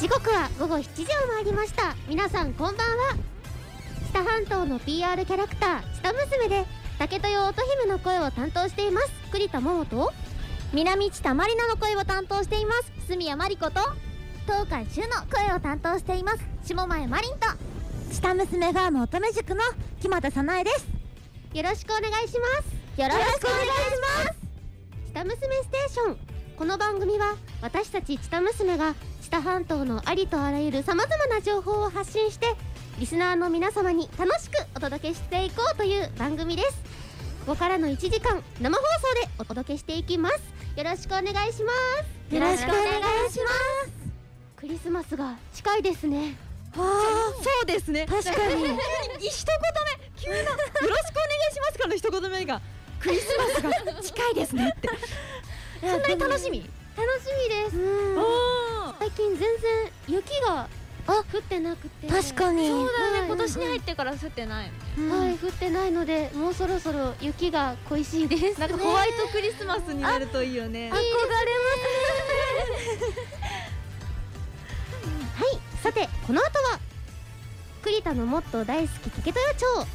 時刻は午後7時を回りました皆さんこんばんは下半島の PR キャラクター「下娘」で竹豊乙姫の声を担当しています栗田桃と南千田まりなの声を担当しています住谷真理子と東海修の声を担当しています下前真凛と下娘ファーム乙女塾の木俣早苗ですよろしくお願いしますよろしくお願いします下娘ステーションこの番組は私たち下娘が下半島のありとあらゆるさまざまな情報を発信してリスナーの皆様に楽しくお届けしていこうという番組ですここからの1時間生放送でお届けしていきますよろしくお願いしますよろしくお願いしクリスマスが近いですねますはそうですね。確かに一言目、急な、よろしくお願いしますからの一言目が。クリスマスが近いですねって。あそんなに楽しみ。楽しみですうんお最近全然雪が降ってなくて確かにそうだはね。い今年に入ってから降ってないよね。うんはい、降ってないので、もうそろそろ雪が恋しいです。なんかホワイトクリスマスになるといいよね。憧れます。はい、さて、この後は。栗田のもっと大好き竹豊町。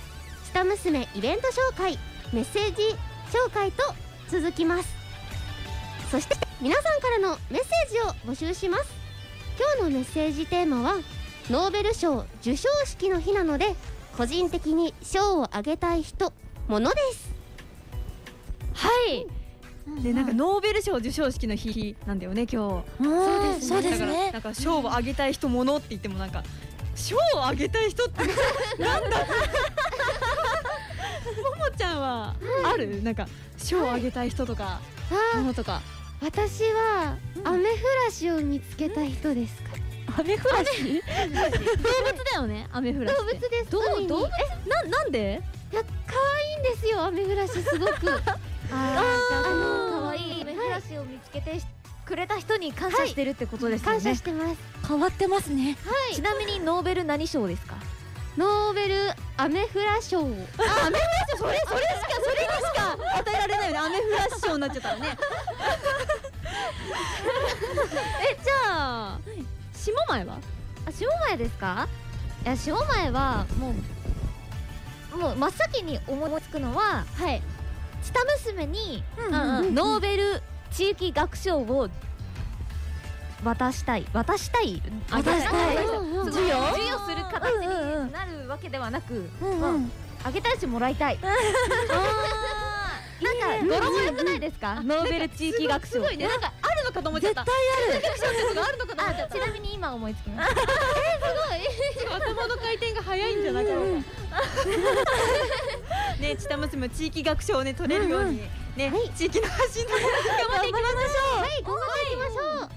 下娘イベント紹介、メッセージ紹介と続きます。そして、皆さんからのメッセージを募集します。今日のメッセージテーマは。ノーベル賞授賞式の日なので個人的に賞をあげたい人ものですはい。うんでなんかノーベル賞授賞式の日なんだよね今日。うんそうですだからねなんか賞をあげたい人ものって言ってもなんか賞をあげたい人ってなんだ。ももちゃんはあるなんか賞をあげたい人とかあものとか。私はうんアメフラシを見つけた人ですか、雨降らし。動物だよね雨降らし。動物ですど海うに動物えななんでいや可愛いんですよアメフラシすご くああのー可愛いアメフラシを見つけてくれた人に感謝してるってことですよね、感謝してます変わってますねはいちなみにノーベル何賞ですかノーベルアメフラ賞あそれそれしかそれにしか与えられないよね雨降らし賞になっちゃったらね えじゃあ下前はあ下前ですかいや下前はもうもう真っ先に思いつくのははい下娘に、うんうんうんノーベル地域学賞を渡したい渡したいあ渡したいあ渡うんうんすご授い与授与する形になるわけではなく、うんまあうん あげたいしもらいたい。なんか語呂も良くないですか？ノーベル地域学す賞。ごいねなんかあるのかと思っちゃった絶対ある学賞ってのがあるのかと思っちゃあっ、ちなみに今思いつき ました。た頭の回転が早いんじゃないかな ね千田娘も地域学賞をね取れるようにねはい地域の発信とかも頑張っていきましはい頑張っていきましょう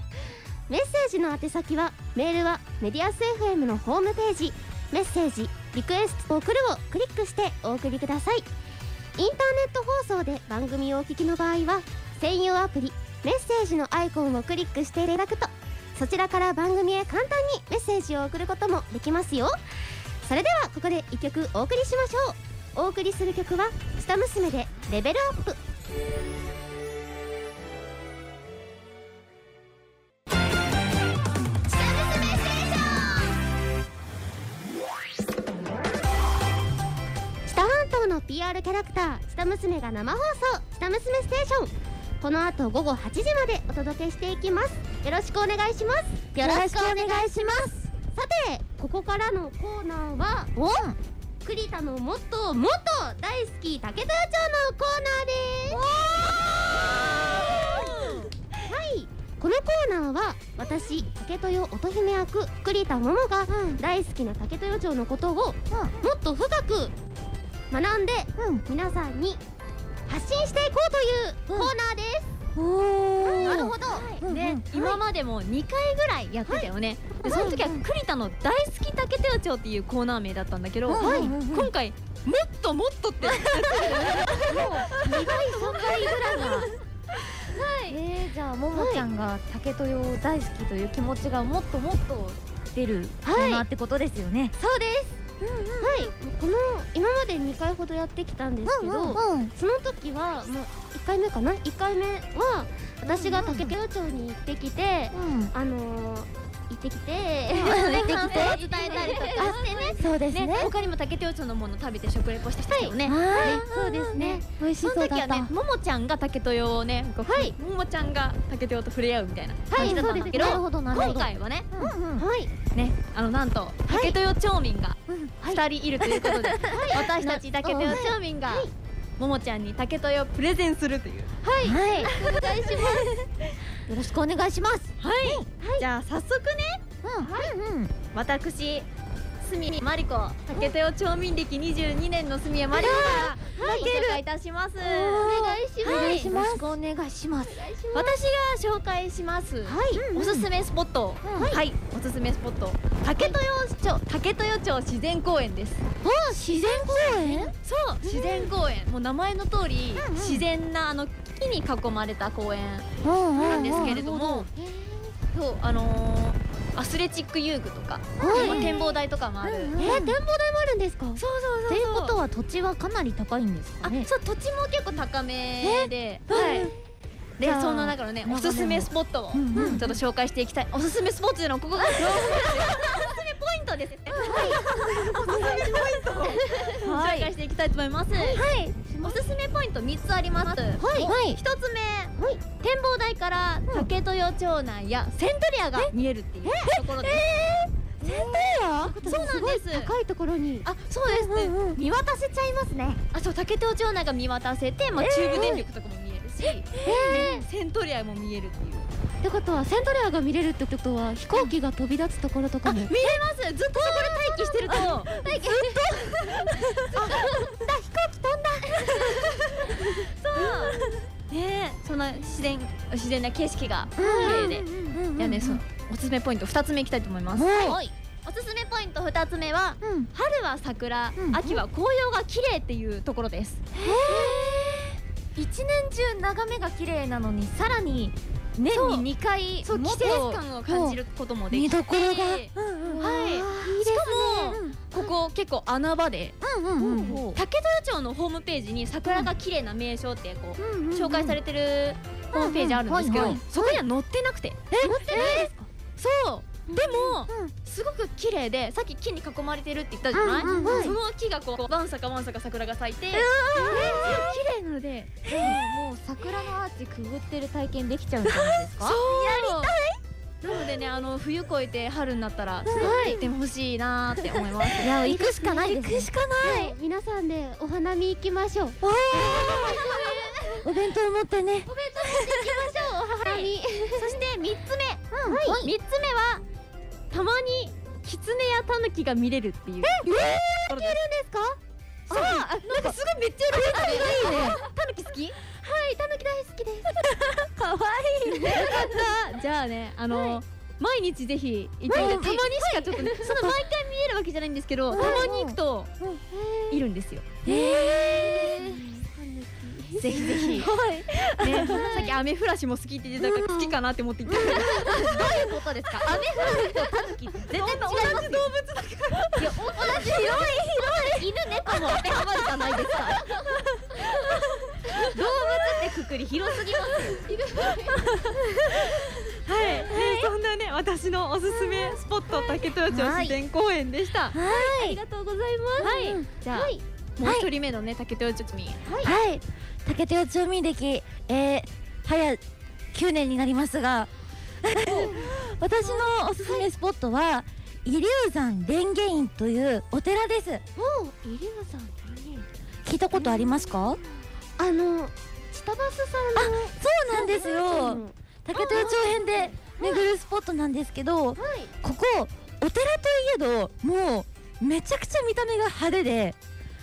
メッセージの宛先はメールはメディアス FM のホームページ「メッセージリクエストを送る」をクリックしてお送りくださいインターネット放送で番組をお聞きの場合は専用アプリ「メッセージ」のアイコンをクリックしていただくとそちらから番組へ簡単にメッセージを送ることもできますよそれではここで1曲お送りしましょうお送りする曲は「下娘」で「レベルアップ」下半島の PR キャラクター「下娘」が生放送「下娘ステーション」この後午後8時までお届けしていきますよろしくお願いしますよろよろししくおくお願願いしますさてここからのコーナーは「栗田のもっともっと大好き竹豊町のコーナーですはいこのコーナーは私竹豊乙姫役栗田桃が大好きな竹豊町のことをもっと深く学んでうん皆さんに発信していこうというコーナーです、おーど、うんで、うん今までも2回ぐらいやってたよね。で、その時は栗田の大好き竹手町っていうコーナー名だったんだけど、うんはいうんうん今回ょうもっともっとってえー、じゃあももちゃんが竹豊を大好きという気持ちがもっともっと出るコーナーってことですよね。そうです、はいこの今まで2回ほどやってきたんですけど、うんうんその時はもう1回目かな1回目は私が竹雄町に行ってきて、うんあのー行ってきて行ってきて感想を伝えたりとかしてねそうですねね他にも竹手町のもの食べて食レポしてきたよね、あそうですねー美味しそそうのだっ時はた、ねももちゃんが竹豊をねこうはいももちゃんが竹豊と触れ合うみたいなは感いじだったそうんでだすねけど,、なるほどなるほ今ど回はねはいねあのなんと竹豊町民が2人いるということで、私たち竹豊町民がももちゃんに竹豊をプレゼンするというはいはいお願いしますよろしくお願いしますはい、じゃあ早速ねうんうんうん私住谷真理子竹豊町民歴22年の住谷真理子がご紹介いたしますお願いします、願いしおま願すいしお願いします私が紹介します、おすすめスポット、はい、おすすめスポット竹豊町竹豊町自然公園ですあ自然公園そう自然公園、もう名前の通り、自然なあの木に囲まれた公園うんなんですけれども、そうあのーアスレチック遊具とか、はいまあ展望台とかもある、えー、展望台もあるんですかそうそうそうそうということは土地はかなり高いんですかあねそう土地も結構高めで、はいでじゃあそんな中のねおすすめスポットをちうんうょんっと紹介していきたいおすすめスポットというのはここがおすすめポイントですね は紹介していきたいと思います、おすすめポイント3つあります、いはい一つ目、展望台から竹豊町内やセントリアが見えるっていうところです、そうなんです高いところにあそうですね、うんうん見渡せちゃいますねあそう竹豊町内が見渡せて、まあ、中部電力とかも見えるし、でセントリアも見えるっていうってことはセントレアが見れるってことは飛行機が飛び立つところとかも見えますずっとそこで待機してると待機ずっと飛行機飛んだそうねえそんな自然自然な景色が綺麗で、いやねそのおすすめポイント2つ目いきたいと思います、はいおすすめポイント2つ目は、うん春は桜、うん秋は紅葉が綺麗っていうところです一年中眺めが綺麗なのにさらに年そうに2回そう季もっ節と感を感じることもで見きてどころがはいうんしかも、ここ結構穴場でうんうんうん竹豊町のホームページに桜が綺麗な名所ってこう、紹介されてるホームページあるんですけど、うんうんはいそこには載ってなくて、えそうでも、うんすごく綺麗でさっき木に囲まれてるって言ったじゃない、うんうんはいその木がこうわんさかわんさか桜が咲いて、綺麗なのでもう桜のアーチくぐってる体験できちゃうんじゃないですかやりたいなのでねあの冬越えて春になったらちょっと行ってほしいなーって思い ますいや行くしかないですねしかないはい皆さんでお花見行きましょうお弁当持ってねはい、そして3つ目、はい、3つ目はたまに狐やタヌキが見れるっていうええ見れるんですかそうなんかすごいめっちゃ嬉しい いいねタヌキ好きはいタヌキ大好きですかわいいねよかったじゃあねあの、毎日ぜひ行ってみてたまにしかちょっとね、その毎回見えるわけじゃないんですけど、んたまに行くと、いるんですよえぜひぜひ。はい。ね、さっき雨降らしも好きって言ってたから好きかなって思って言ったけど。どういうことですか。雨降らしとタヌキって全然違います。動物だから。いや、同じ広い広い。犬猫も当てはまるじゃないですか。動物ってくくり広すぎますよ。はい、そんなね、私のおすすめスポット竹豊町自然公園でした。はい、ありがとうございます。はい、じゃあ、もう一人目のね、竹豊町民。はい竹豊町民歴えー、早9年になりますが私のおすすめスポットは医龍山蓮華院というお寺ですもうイリムさん聞いたことありますかあのチタバスさんのそうなんですよ竹豊町編で巡るスポットなんですけどこはいこお寺といえどもうめちゃくちゃ見た目が派手で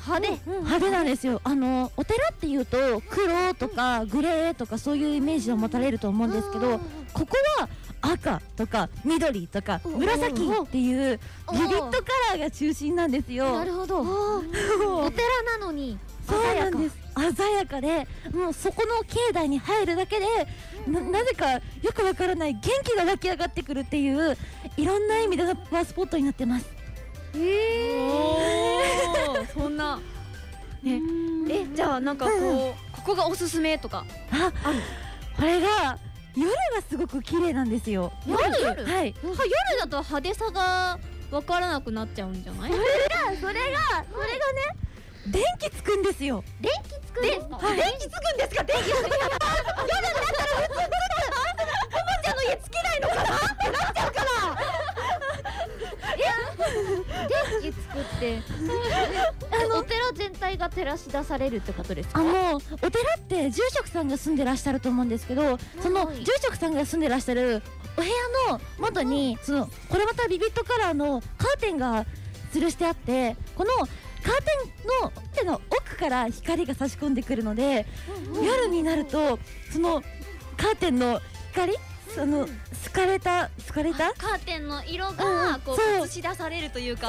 派手派手なんですよあのお寺っていうと黒とかグレーとかそういうイメージを持たれると思うんですけどここは赤とか緑とか紫っていうビビットカラーが中心なんですよ。なるほどそおう寺なのにそうなんです鮮やかでもうそこの境内に入るだけでななぜかよくわからない元気が湧き上がってくるっていういろんな意味でのパワースポットになってます。おーそんなねえじゃあなんかこうここがおすすめとかあこれが夜がすごく綺麗なんですよ夜夜はいうんは夜だと派手さが分からなくなっちゃうんじゃないそれがそれ電気つくんですよ電気つくんですか電気つくんですか電気つくんですか夜になったら普通だからママちゃんの家つけないのかな電気つくってお寺全体が照らし出されるってことですかあのお寺って住職さんが住んでらっしゃると思うんですけどそのはい住職さんが住んでらっしゃるお部屋の元にそのこれまたビビットカラーのカーテンが吊るしてあってこのカーテンの手の奥から光が差し込んでくるので夜になるとそのカーテンの光その好かれた好かれたカーテンの色うんがこそうう映し出されるというか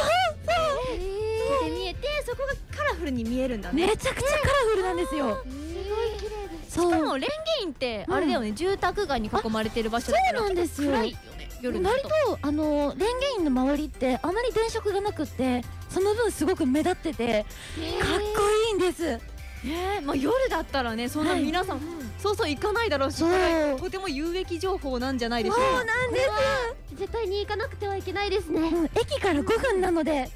で見えてそこがカラフルに見えるんだねめちゃくちゃカラフルなんですよすごい綺麗ですそうしかもレンゲインってあれだよね住宅街に囲まれてる場所だからそうなんですよ暗いよね夜だ割ととあのレンゲインの周りってあまり電飾がなくってその分すごく目立っててかっこいいんですねえまあ夜だったらねそんな皆さんそうそう行かないだろうしそうこれとても有益情報なんじゃないでしょうかなんです絶対に行かなくてはいけないですねうん駅から5分なので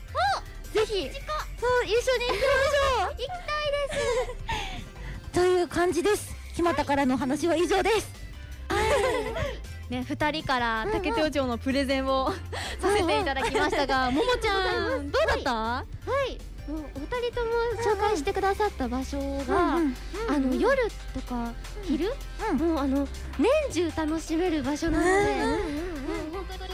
ぜひそう一緒に行きましょう行きたいですという感じです木俣からのお話は以上ですね、二人から竹手町のプレゼンをさせていただきましたが、ももちゃんどうだった？もうお二人とも紹介してくださった場所が、うんうんあの夜とか昼、もうあの年中楽しめる場所なので、もう本当に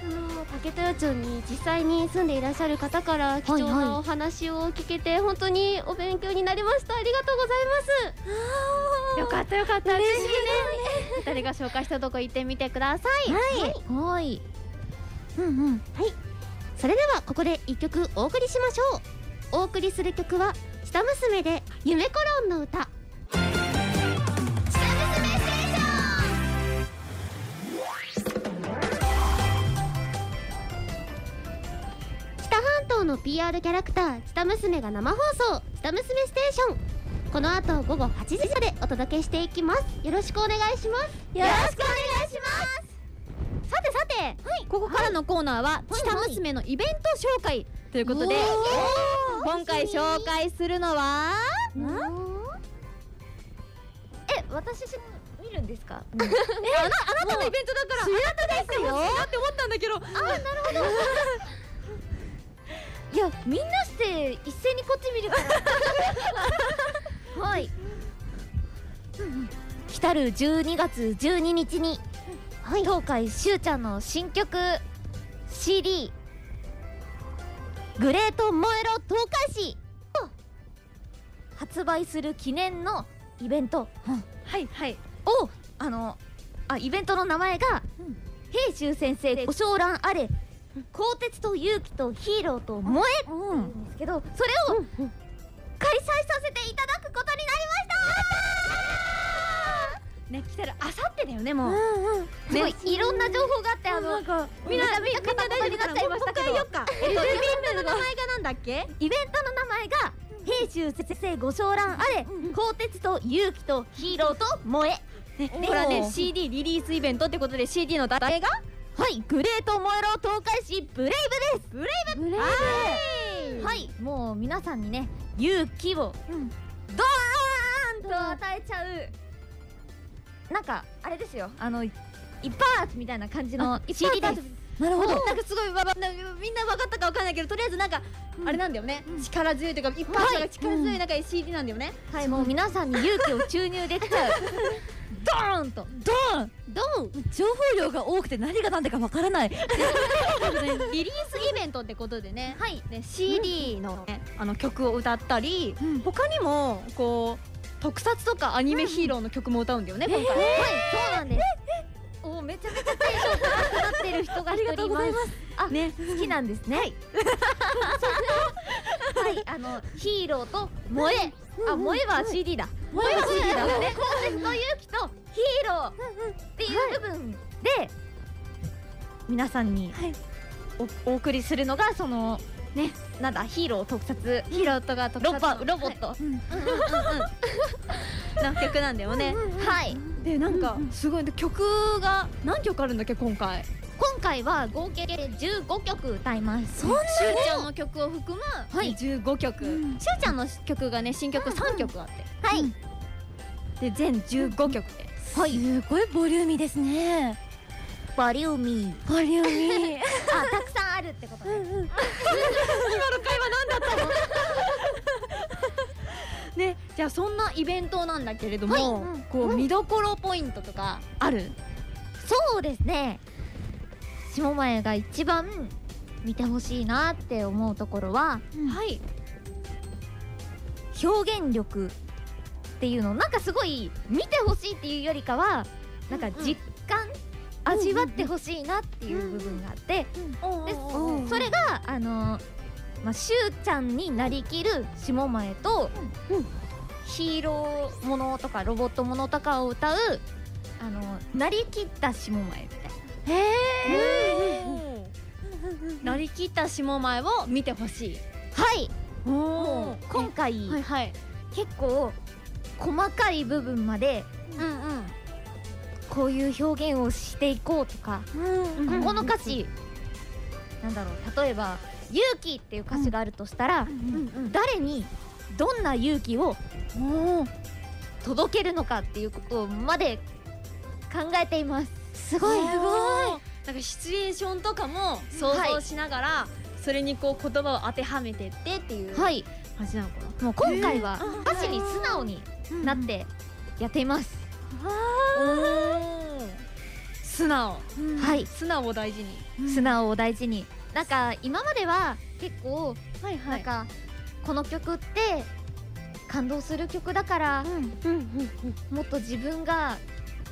あの竹豊町に実際に住んでいらっしゃる方から貴重はいはいなお話を聞けて、本当にお勉強になりましたありがとうございますよかったよかった。ぜひね、二人が紹介したとこ行ってみてください。はいうんうんそれではここで一曲お送りしましょうお送りする曲は「下娘」で「夢コロンの歌」北半島の PR キャラクター「下娘」が生放送「下娘ステーション」この後午後8時までお届けしていきますよろしくお願いしますよろしくお願いしますさてさてここからのコーナーは、下娘のイベント紹介ということで、今回紹介するのは、え私し見るんですかあなたのイベントだから、あなたですよ。だって思ったんだけど、いやみんなして一斉にこっち見るからはい来る12月12日に、東海しゅうちゃんの新曲 CD「グレート燃えろ東海市」を発売する記念のイベントはいはい。をあのあイベントの名前が「平州先生ご賞覧あれ鋼鉄と勇気とヒーローと燃え」うんなんですけどそれを開催させていただくことになりね、来てる。あさってだよねもう。ましたすごいいろんな情報があってあのみんなみんな片言になっちゃいましたけどイベンか。えっと、イベントの名前がなんだっけ？トの名前が「平州先生ご賞覧あれ鋼鉄と勇気とヒーローと燃え」ね、おーこれはね CD リリースイベントってことで CD の題がはいグレート燃えろ東海市ブレイブですブレイブブレイブはいもう皆さんにね勇気をドーンと与えちゃうなんかあれですよあの一発みたいな感じの CD ですなるほどなんかすごいわわなんかみんな分かったか分かんないけどとりあえずなんか、あれなんだよね、力強いというか一発が力強いなんか CD なんだよね、はいもう皆さんに勇気を注入できちゃうドーンとドンドン情報量が多くて何が何だかわからないリリースイベントってことでね,、はい、ね CD の,、ねあの曲を歌ったり、うん他にもこう特撮とかアニメヒーローの曲も歌うんだよね、今回、はいそうなんですおめちゃめちなってる人が一人いますゃね好きなんですね。はい、あのヒーローと萌え、あ萌えは CD だ。萌えは CD だね。コンテスト勇気とヒーローっていう部分で皆さんにはいおお送りするのがそのねなんだヒーロー特撮ヒーローとか特撮ロボットうんうんうんうんな曲なんだよね、はいでなんかうんうんすごいで曲が何曲あるんだっけ今回今回は合計で15曲歌いますそんなしゅうちゃんの曲を含むはい15曲、うんしゅうちゃんの曲がね新曲3曲あって、はい、で全15曲で、はいすごいボリューミーですねボリューミーボリュー ミーあたくさんあるってことねね、じゃあそんなイベントなんだけれども、はいこう見どころポイントとかある、そうですね下前が一番見てほしいなって思うところははい表現力っていうのなんかすごい見てほしいっていうよりかはなんか実感、味わってほしいなっていう部分があって、おでそれがあのまあ、しゅうちゃんになりきる下前と、うんうんヒーローものとかロボットものとかを歌うあのなりきった下前みたいな。なりきった下前を見てほしいはいおもう今回、はいはい結構細かい部分までうんこういう表現をしていこうとか、うんうんここの歌詞、なんだろう例えば「勇気」っていう歌詞があるとしたら、誰にどんな勇気を届けるのかっていうことまで考えていますすすなんかシチュエーションとかも想像しながら、それにこう言葉を当てはめてってっていうは感いじなのかな、もう今回はえー歌詞に素直になってやっています、素直はい素直を大事に素直を大事になんか今までは結構はいはなんかこの曲って感動する曲だからもっと自分が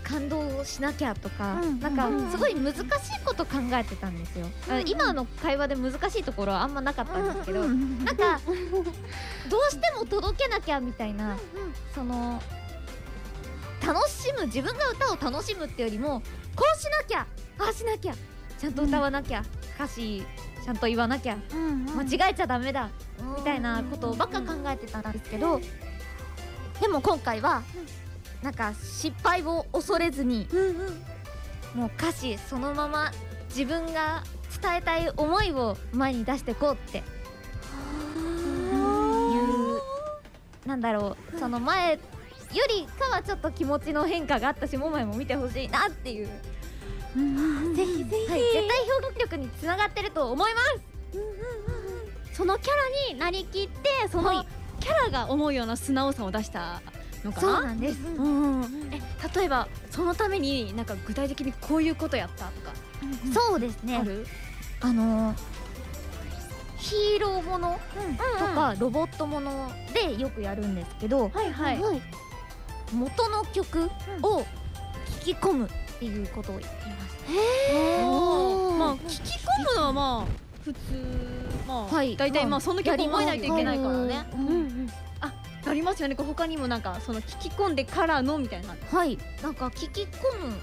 感動しなきゃとかうんなんかすごい難しいこと考えてたんですよあの今の会話で難しいところはあんまなかったんですけどなんかどうしても届けなきゃみたいなその楽しむ自分が歌を楽しむってよりもこうしなきゃああしなきゃちゃんと歌わなきゃ歌詞ちゃんと言わなきゃ間違えちゃダメだみたいなことばっか考えてたんですけどでも今回はなんか失敗を恐れずにもう歌詞そのまま自分が伝えたい思いを前に出してこうっていうなんだろうその前よりかはちょっと気持ちの変化があったしももやも見てほしいなっていう、ぜひぜはい、絶対表現力につながってると思いますそのキャラになりきってそのキャラが思うような素直さを出したのかななんですえ例えばそのためになんか具体的にこういうことやったとかそうですねある、あのーヒーローものとかロボットものでよくやるんですけどはいははいい元の曲を聞き込むっていうことを言いますおーまあま聞き込むのはまあ普通まあ、はい大体ままああその曲覚えないといけないからねあうんありますよねこう他にもなんかその聞き込んでからのみたいなはいなんか聞き込む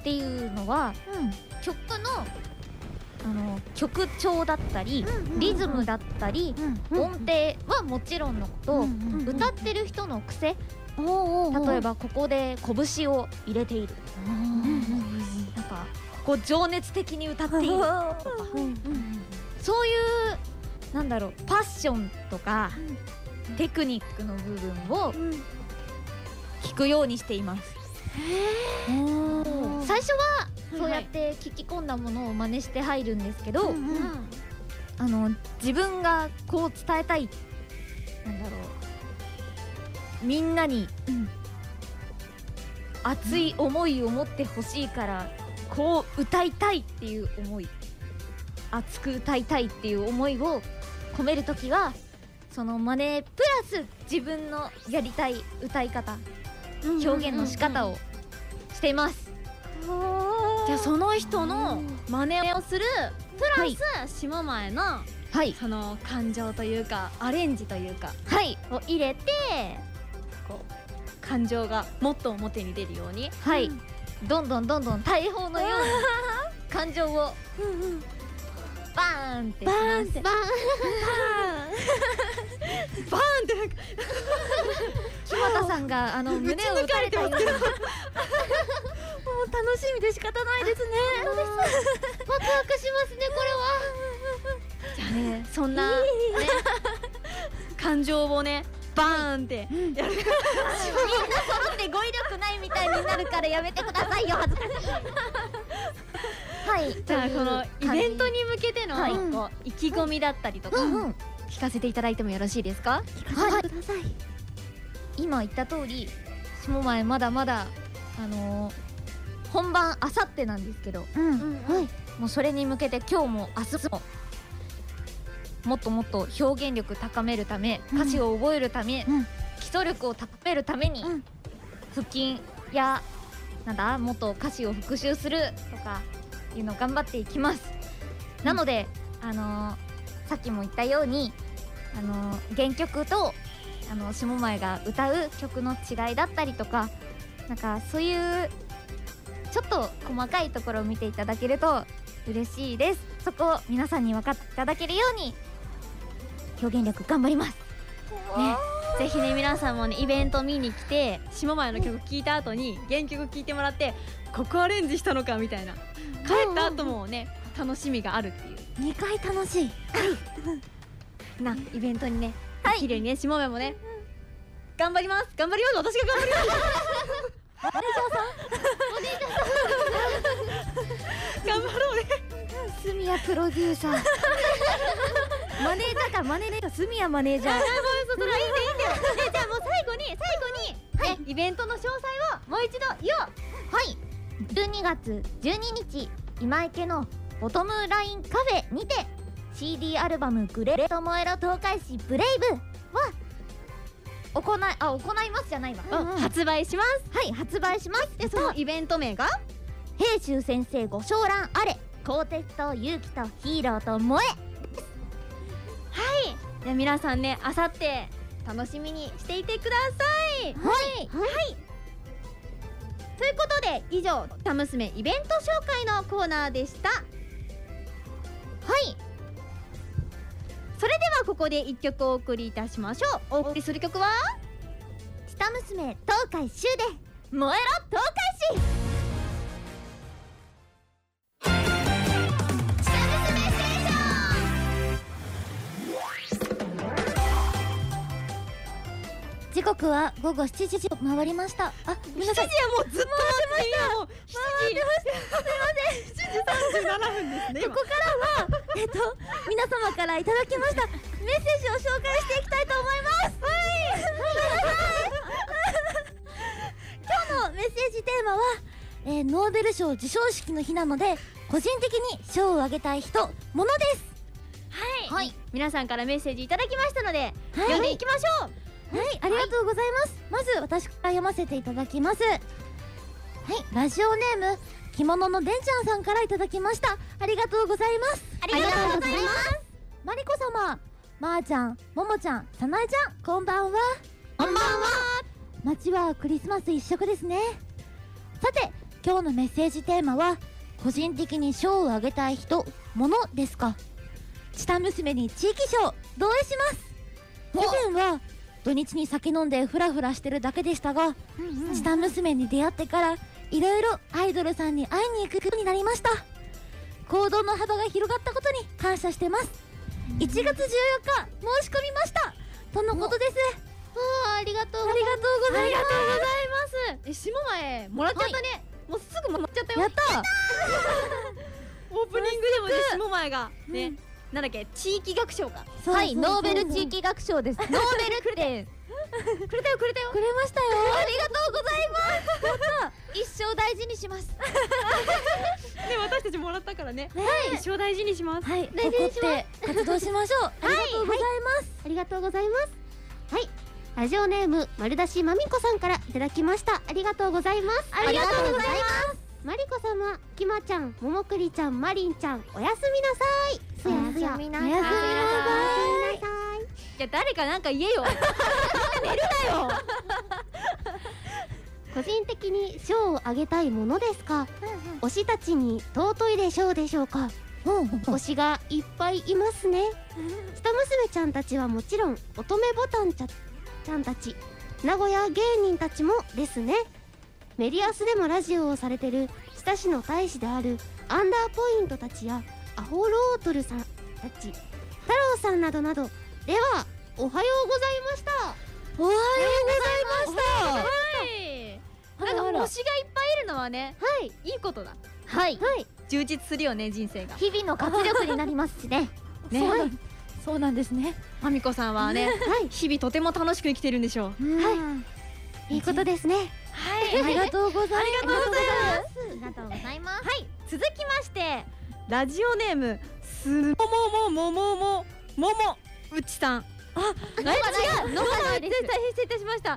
っていうのは曲のあの曲調だったりリズムだったり音程はもちろんのこと歌ってる人の癖例えばここで拳を入れているなんかこう情熱的に歌っているとかそういうなんだろうパッションとかテクニックの部分を聞くようにしています。最初はそうやって聞き込んだものを真似して入るんですけど、あの自分がこう伝えたいなんだろうみんなに熱い思いを持ってほしいからこう歌いたいっていう思い熱く歌いたいっていう思いを込めるときはその真似プラス自分のやりたい歌い方表現の仕方をしています。じゃあその人の真似をするプラはいス島前のはいその感情というかアレンジというかはいを入れてこう感情がもっと表に出るようにはい、どんどんどんどん大砲のように感情をバーンってしバますバーンってなんか木俣さんがあ の胸を打たれたような もう楽しみで仕方ないですねワクワクしますねこれはじゃあねそんな、ね、感情をねバーンってって語彙力ないみたいになるからやめてくださいよ恥ずかしいはいじゃあこのイベントに向けてのはいこう意気込みだったりとかうんうん聞かせていただいてもよろしいですかはいください今言った通り下前まだまだあのー本番あさってなんですけどうんはいもうそれに向けて今日も明日ももっともっと表現力高めるためうん歌詞を覚えるため、うん基礎力を高めるために、うん腹筋やなんだもっと歌詞を復習するとかいうのを頑張っていきますなので、あのーさっきも言ったように、あのー原曲とあの下前が歌う曲の違いだったりとかなんかそういうちょっと細かいところを見ていただけると嬉しいですそこを皆さんに分かっていただけるように表現力頑張りますねぜひね皆さんもねイベント見に来て下前の曲聴いた後に原曲聴いてもらってここアレンジしたのかみたいな帰った後もね楽しみがあるっていう二回楽しいなイベントにね綺麗にね下前もね頑張ります頑張ります私が頑張ります頑張ろうねスミヤプロデューサーマネージャーかマネージャースミヤマネージャーそうそういいねいいんだよねじゃあもう最後に最後に、ねイベントの詳細をもう一度言おうはい12月12日今池のボトムラインカフェにて CD アルバム「グレート燃えろ東海市ブレイブ」は行いあ行いますじゃないわ、うん発売しますはい発売しますでそのイベント名が平州先生ご賞覧あれ鋼鉄と勇気とヒーローと萌えじゃあ皆さんねあさって楽しみにしていてくださいはいということで以上「た娘イベント紹介」のコーナーでしたはいそれではここで1曲お送りいたしましょうお送りする曲は「下娘東海州で燃えろ東海市」時刻は午後7時を回りましたあごめんなさいもうずっと待ってましたもう7時37分ですねここからはえっと皆様からいただきましたメッセージを紹介していきたいと思いますはい今日のメッセージテーマは、えーノーベル賞授賞式の日なので個人的に賞をあげたい人ものですはい、皆さんからメッセージいただきましたので、読んでいきましょうはい、ありがとうございます。まず私から読ませていただきます。はい、ラジオネーム着物のでんちゃんさんからいただきました。ありがとうございます。あ。りがとうございますマリコ様、まー、ちゃん、ももちゃん、さなえちゃん、こんばんは。こんばんは。街はクリスマス一色ですね。さて、今日のメッセージテーマは個人的に賞をあげたい人、ものですか。チタ娘に地域賞同意します。以前は土日に酒飲んでフラフラしてるだけでしたが、チタ娘に出会ってからいろいろアイドルさんに会いに行くことになりました行動の幅が広がったことに感謝してます1月14日申し込みましたとのことですありがとうありがとうございますございますえ下前もらっちゃったね、もうすぐもらっちゃったよやったオープニングでもね下前がね、なんだっけ地域学賞かそうはいそうそうノーベル地域学賞ですノーベル展くれたよくれたよくれましたよありがとうございます一生大事にしますね私たちもらったからね、一生大事にしますはい大事怒にっしますて活動しましょうありがとうございますありがとうございますはいラジオネーム丸出しまみこさんからいただきましたありがとうございますありがとうございますまりこ様きまちゃんももくりちゃんまりんちゃんおやすみなさいすやすやおやすみなさいおやすみなさいじゃあ誰かなんか言えよ個人的に賞をあげたいものですか、推したちに尊いでしょうでしょうか推しがいっぱいいますね下娘ちゃんたちはもちろん乙女ボタンちゃちゃんたち名古屋芸人たちもですねメディアスでもラジオをされてる親しの大使であるアンダーポイントたちやアホロートルさんたち太郎さんなどなどではおはようございましたおはようございましたはいなんかあら推しがいっぱいいるのはねはいいいことだはいはい充実するよね人生が日々の活力になりますしねねそうなんそうなんですねまみこさん はねはい日々とても楽しく生きてるんでしょういいことですねはいありがとうございますありがとうございますありがとうございますはい続きましてラジオネームすももももももももうちさんあ、違うのがな大い変です失礼いたしま した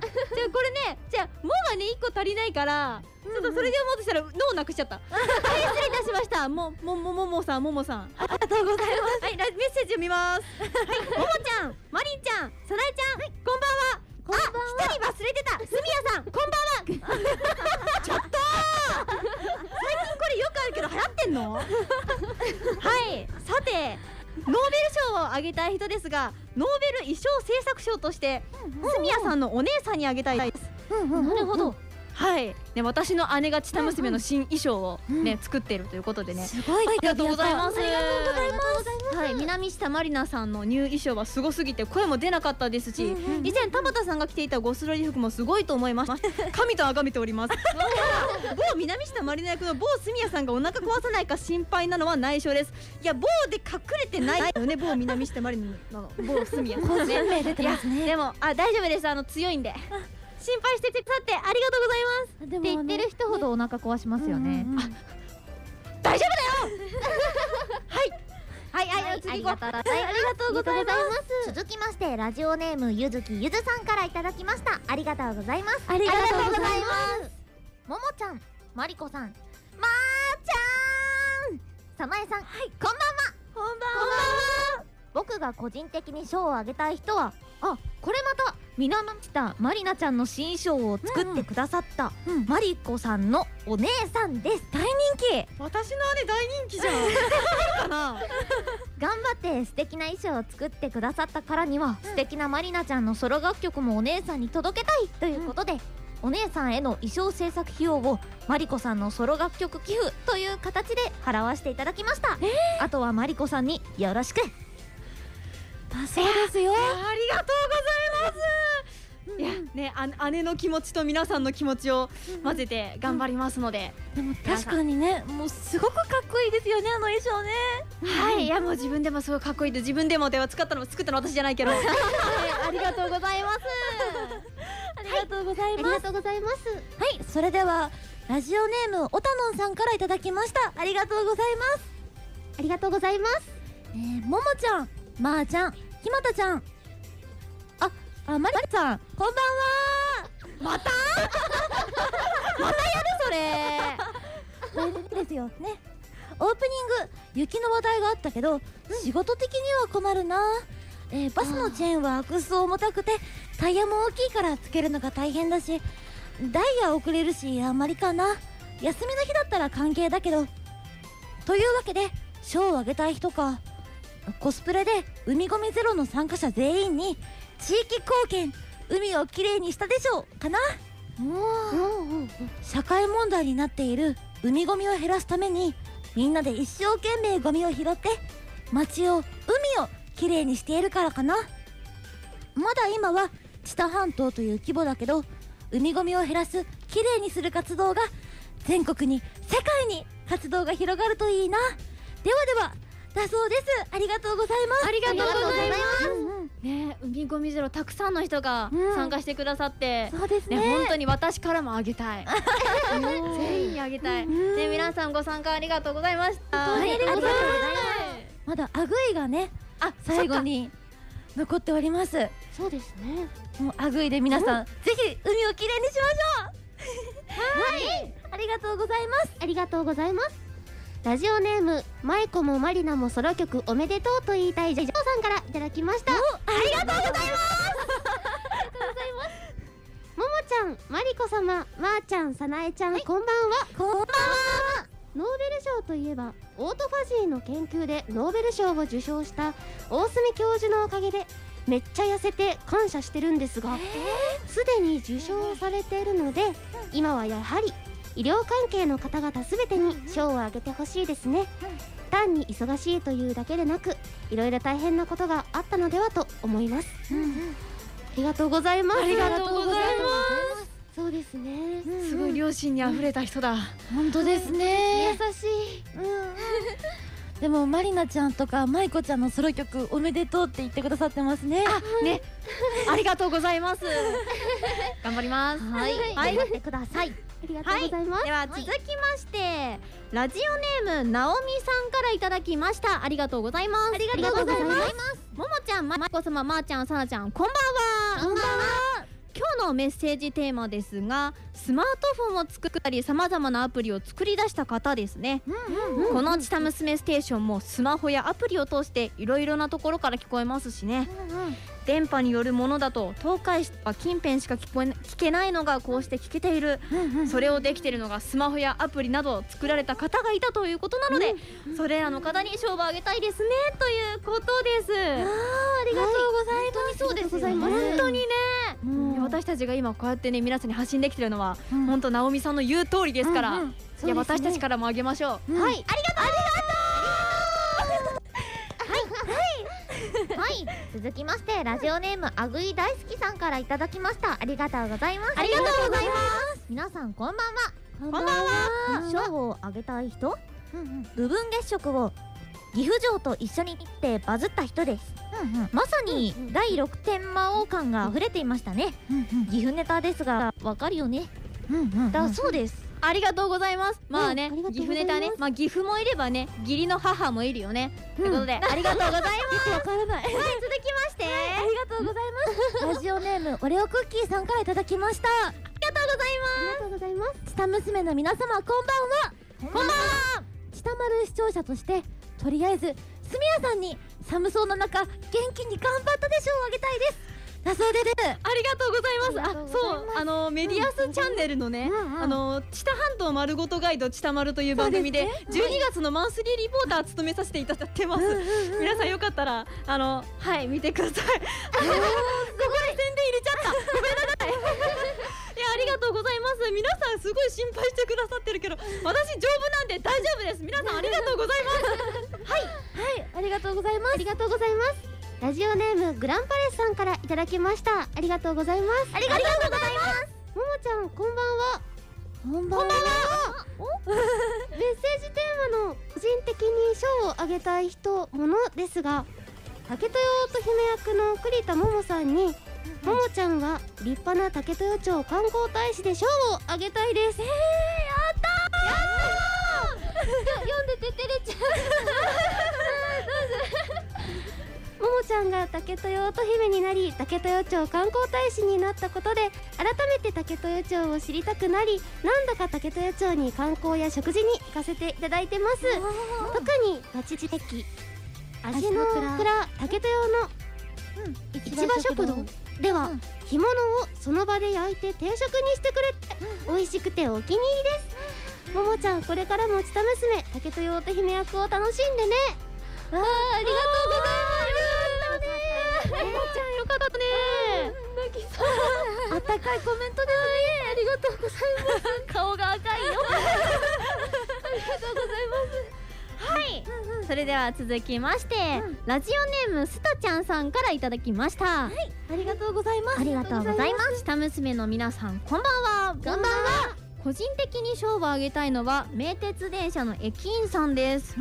じゃあこれねじゃあ「も」がね一個足りないからちょっとそれで思うとしたら「の」をなくしちゃ った大変失礼いたしましたもももももさんももさんありがとうございますはいラメッセージを見ますはいももちゃんまりんちゃんさなえちゃんこんばんはこんばんは一人忘れてたすみやさんこんばんはちょっと最近これよくあるけど流行ってんの はい、さて、ノーベル賞をあげたい人ですが、ノーベル衣装制作賞として、住谷さんのお姉さんにあげたいです。なるほどはい、ね、私の姉がちた娘の新衣装をね、作っているということでね。すごいありがとうございます。。ありがとうございますはい、南下まりなさんのニュー衣装はすごすぎて声も出なかったですし、以前田畑さんが着ていたゴスロリ服もすごいと思い ました。神と崇めており ます。ただ某南下まりな役の某住谷さんがお腹壊さないか心配なのは内緒です。いや、某で隠れてないよね、某南下まりなの某 住谷さんね。個人名出てますねいやでもあ大丈夫です。あの強いんで。心配してくださってありがとうございます。って言ってる人ほどお腹壊しますよねうんうんうん大丈夫だよはいはいはい、はい、次行こうありがとうありがとうございますす続きましてラジオネームゆずきゆずさんからいただきましたありがとうございますありがとうございますももちゃんまりこさんまーちゃんさまえさん、こんばんはこんばん僕が個人的に賞をあげたい人はあこれまた南下まりなちゃんの新衣装を作ってくださった、まりこさんのお姉さんです大人気は私の姉大人気じゃんかな頑張って素敵な衣装を作ってくださったからには、素敵なまりなちゃんのソロ楽曲もお姉さんに届けたいということで、お姉さんへの衣装制作費用をまりこさんのソロ楽曲寄付という形で払わせていただきました、あとはまりこさんによろしくだそうです よありがとうございますいやねあ姉の気持ちと皆さんの気持ちを混ぜて頑張りますので、でも確かにねもうすごくかっこいいですよねあの衣装ねはいいやもう自分でもすごいかっこいいで自分でもでは使ったの作ったの私じゃないけどありがとうございます ありがとうございありますがとうございますはいそれではラジオネームおたのんさんからいただきましたありがとうございますありがとうございますねえももちゃんまー、ちゃんひまたちゃんああまりさんこんばんはそれ大丈夫ですよねオープニング雪の話題があったけど、仕事的には困るな、えーバスのチェーンは悪く重たくてタイヤも大きいからつけるのが大変だしダイヤ遅れるしあんまりかな休みの日だったら関係だけどというわけで賞をあげたい人かコスプレで海ごみゼロの参加者全員に地域貢献海をきれいにしたでしょうかな社会問題になっている海ゴミを減らすためにみんなで一生懸命ゴミを拾って街を海をきれいにしているからかなまだ今は知多半島という規模だけど海ゴミを減らすきれいにする活動が全国に世界に活動が広がるといいなではではだそうですありがとうございますありがとうございますす、ね海ゴミゼロたくさんの人がうん参加してくださって、そうですねね本当に私からもあげたい全員にあげたい、うんね皆さんご参加ありがとうございました本当にありがとうございますいまだアグイがねあ最後に残っておりますそうですねもうあぐいで皆さん、ぜひ海をきれいにしましょうはいありがとうございますありがとうございますラジオネームマイコもマリナもソロ曲おめでとうと言いたいジェジョーさんからいただきましたありがとうございますありがとうございますももちゃんマリコ様まー、ちゃんさなえちゃん、こんばんはこんばんはノーベル賞といえばオートファジーの研究でノーベル賞を受賞した大隅教授のおかげでめっちゃ痩せて感謝してるんですがすで、に受賞されているので今はやはり医療関係の方々すべてに賞をあげてほしいですね単に忙しいというだけでなくいろいろ大変なことがあったのではと思います、ありがとうございますありがとうございすそうですね、 すごい両親に溢れた 人だ本当です優ねしいでもまりなちゃんとかまいこちゃんのソロ曲おめでとうって言ってくださってますねねありがとうございます 頑張りますはい、はい頑張ってくださいありがとうございます、では続きまして、ラジオネームなおみさんからいただきましたありがとうございますありがとうございますももちゃんままいこ様まー、ちゃんさなちゃんこんばんはこんばんは今日のメッセージテーマですがスマートフォンを作ったりさまざまなアプリを作り出した方ですね、この「ちた娘ステーション」もスマホやアプリを通していろいろなところから聞こえますしね、電波によるものだと東海市とか近辺しか聞こえ聞けないのがこうして聞けている、それをできているのがスマホやアプリなどを作られた方がいたということなので、それらの方に賞をあげたいですねということです。ありがとうございます、本当にそうですよね本当にね、うん私たちが今こうやってね皆さんに発信できてるのは、本当直美さんの言う通りですから、うんうんいや私たちからもあげましょう、はい、ありがとうはい続きましてラジオネームあぐい大好きさんからいただきましたありがとうございますありがとうございます皆さんこんばんはこんばんは賞をあげたい人、部分月食を岐阜城と一緒に行ってバズった人です、まさに第六天魔王感が溢れていましたね、岐阜ネタですがわかるよね、だそうです、ありがとうございますまあね、うんありがとう岐ござ阜いますネタねまあ岐阜もいればね義理の母もいるよね、ということでありがとうございますわからない続きまして、ありがとうございますラジオネームオレオクッキーさんからいただきましたございますチタ娘の皆様こんばんはこんばんはチタマル視聴者としてとりあえずすみやさんに寒そうな中元気に頑張ったで賞をあげたいですだそうですありがとうございます。あ、そう、あのメディアスチャンネルのね、あの知多半島丸ごとガイド知多丸という番組で、12月のマンスリーリポーター務めさせていただいてます。皆さんよかったらあのはい見てくだ さい。ここで宣伝入れちゃった。ごめん なさい。いやありがとうございます。皆さんすごい心配してくださってるけど、私丈夫なんで大丈夫です。皆さんありがとうございます。ありがとうございますありがとうございますラジオネームグランパレスさんからいただきましたありがとうございますありがとうございますももちゃんこんばんはこんばんはメッセージテーマの個人的に賞をあげたい人ものですが竹豊乙姫役の栗田桃さんにももちゃんが立派な竹豊町観光大使で賞をあげたいですえー、や ったー読んでててれちゃうももちゃんが竹豊乙姫になり竹豊町観光大使になったことで改めて竹豊町を知りたくなりなんだか竹豊町に観光や食事に行かせていただいてます特に町地的足の蔵竹豊の市場食堂では、干物をその場で焼いて定食にしてくれて、美味しくてお気に入りです、ももちゃんこれからもちた娘竹豊乙姫役を楽しんでねあーありがとうございますももちゃんよかったねあったかいコメントですねありがとうございます顔 が赤いよそれでは続きまして、ラジオネームスタちゃんさんからいただきました。ありがとうございまありがとうございます下娘の皆さんこんばんはこんばんは個人的に賞をあげたいのは名鉄電車の駅員さんです、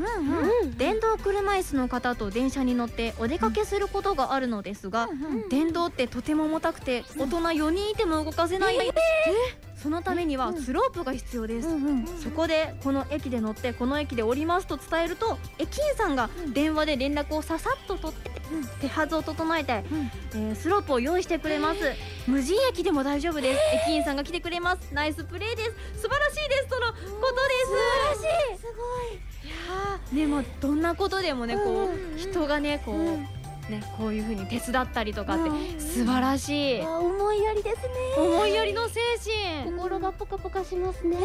電動車椅子の方と電車に乗ってお出かけすることがあるのですが、電動ってとても重たくて大人4人いても動かせない、そのためにはスロープが必要です、そこでこの駅で乗ってこの駅で降りますと伝えると駅員さんが電話で連絡をささっと取って手はずを整えて、えースロープを用意してくれます、無人駅でも大丈夫です、駅員さんが来てくれますナイスプレーです素晴らしいですとのことです素晴らしいすごいいやーねもうどんなことでもねこう人がねこう、ねこういう風に手伝ったりとかって素晴らしい、思いやりですね思いやりの精神、心がポカポカしますね、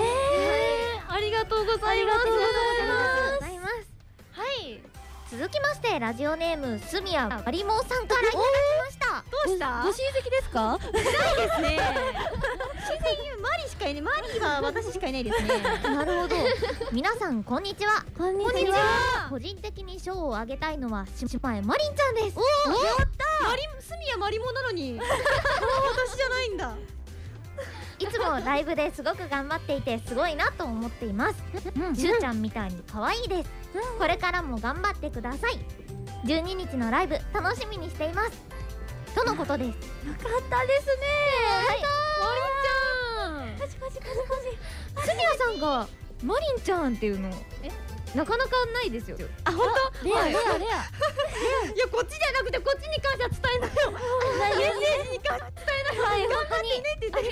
ありがとうございますありがとうございますはい続きましてラジオネームすみやバリモーさんからいただきましどうしたご親戚ですかですね自然にマリしかいないマリは私しかいな いですねなるほど皆さんこんにちはこんにこんにちは個人的に賞をあげたいのは姉妹マリンちゃんですマリスミヤマリモな のにもう私じゃないんだいつもライブですごく頑張っていてすごいなと思っていますしゅうちゃんみたいに可愛いですこれからも頑張ってください12日のライブ楽しみにしていますとのことですよかったですねはいマリンちゃんスミヤさんがマリンちゃんっていうのなかなかないですよあ本当レアはレいいアレアやこっちじゃなくてこっちに関しては伝えないよメッセージに 関してはい本当にって言ってる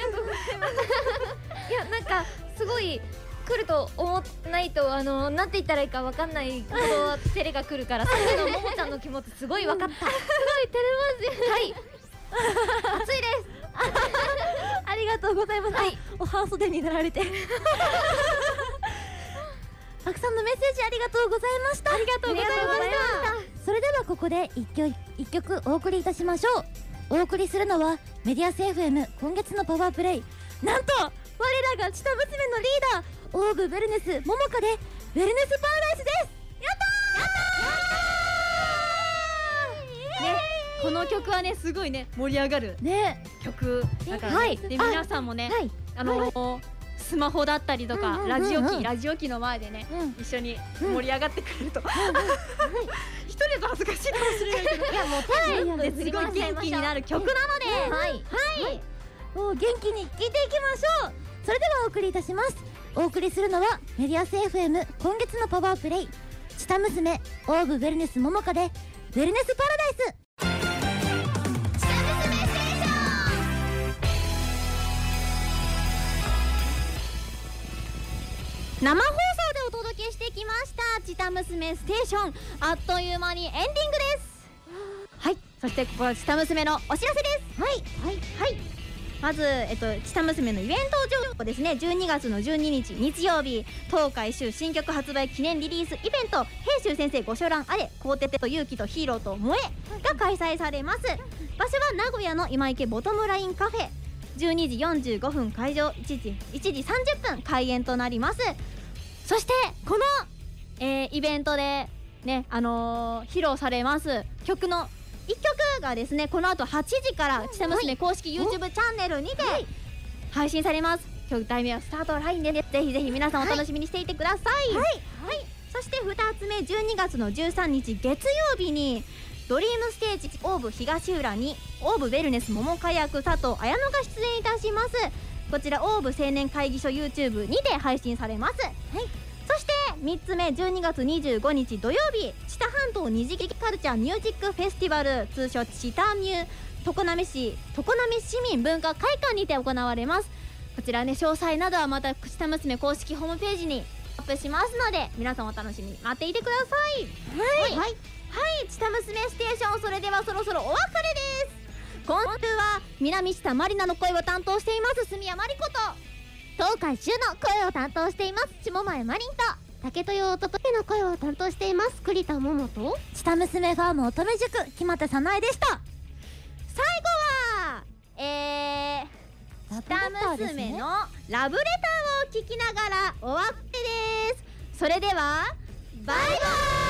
いやなんかすごい来ると思わないとあのなんて言ったらいいかわかんないこう照れが来るからさっきのももちゃんの気持ちすごいわかったすごい照れますはい暑いですありがとうございます。はいお半袖になられ て。たくさんのメッセージありがとうございました。ありがとうございましたした。それではここで一曲一曲お送りいたしましょう。お送りするのはメディアス FM 今月のパワープレイ。なんと我らが下娘のリーダーオーブウェルネス桃香でウェルネスパラダイスです。やったーやっこの曲はねすごいね盛り上がるたーね曲だから、ねはいで皆さんもねはいあのースマホだったりとか、うんうんうんうんラジオ機ラジオ機の前でね、うん一緒に盛り上がってくれると、 一人だと恥ずかしいかもしれないけどいやもはうい手すごい元気になる曲なので、はいを元気に聴いていきましょうそれではお送りいたしますお送りするのはメディアス FM 今月のパワープレイ「チタ娘オーブウェルネス桃花」で「ウェルネスパラダイス」生放送でお届けしてきました「チタ娘ステーション」あっという間にエンディングですはい、そしてここは下娘のお知らせです。はい、はい、はい。まず、えっと、下娘のイベント情報ですね。12月の12日日曜日、東海州新曲発売記念リリースイベント、平州先生ご賞覧あれ、コーテペと勇気とヒーローと萌えが開催されます。場所は名古屋の今池ボトムラインカフェ。12時45分会場、1時 ,1 時30分開演となります。そして、この、えーイベントで、ね、あのー披露されます曲の一曲がですねこの後8時から「ちさ娘」公式 YouTube チャンネルにて配信されます曲題名は「スタートライン」でぜひぜひ皆さんお楽しみにしていてくださいはい、そして2つ目12月の13日月曜日にドリームステージオーブ東浦にオーブウェルネス桃火薬佐藤綾乃が出演いたしますこちらオーブ青年会議所 YouTube にて配信されますそして3つ目12月25日土曜日知多半島二次劇カルチャーミュージックフェスティバル通称知多ミュ常滑市常滑市民文化会館にて行われますこちらね詳細などはまた知多娘公式ホームページにアップしますので皆さんお楽しみに待っていてくださいはいはい、はい、知多娘ステーションそれではそろそろお別れです今週は南下まりなの声を担当しています住谷まりこと東海中の声を担当しています下前マリンと竹豊乙女の声を担当しています栗田桃とチタ娘ファーム乙女塾木又早苗でした最後はえー、ララブレタブーですね娘のラブレターを聞きながらお別れですそれではバイバイ